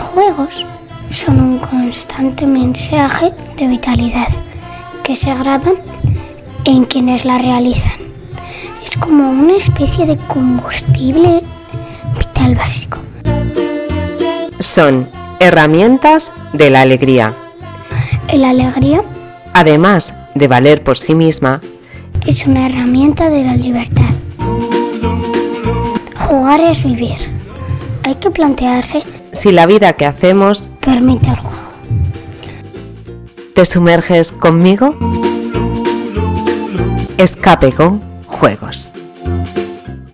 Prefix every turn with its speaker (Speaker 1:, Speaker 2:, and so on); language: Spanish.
Speaker 1: juegos son un constante mensaje de vitalidad que se graban en quienes la realizan. Es como una especie de combustible vital básico.
Speaker 2: Son herramientas de la alegría.
Speaker 1: La alegría
Speaker 2: Además de valer por sí misma,
Speaker 1: es una herramienta de la libertad. Jugar es vivir. Hay que plantearse
Speaker 2: si la vida que hacemos
Speaker 1: permite el juego.
Speaker 2: te sumerges conmigo, escape con juegos.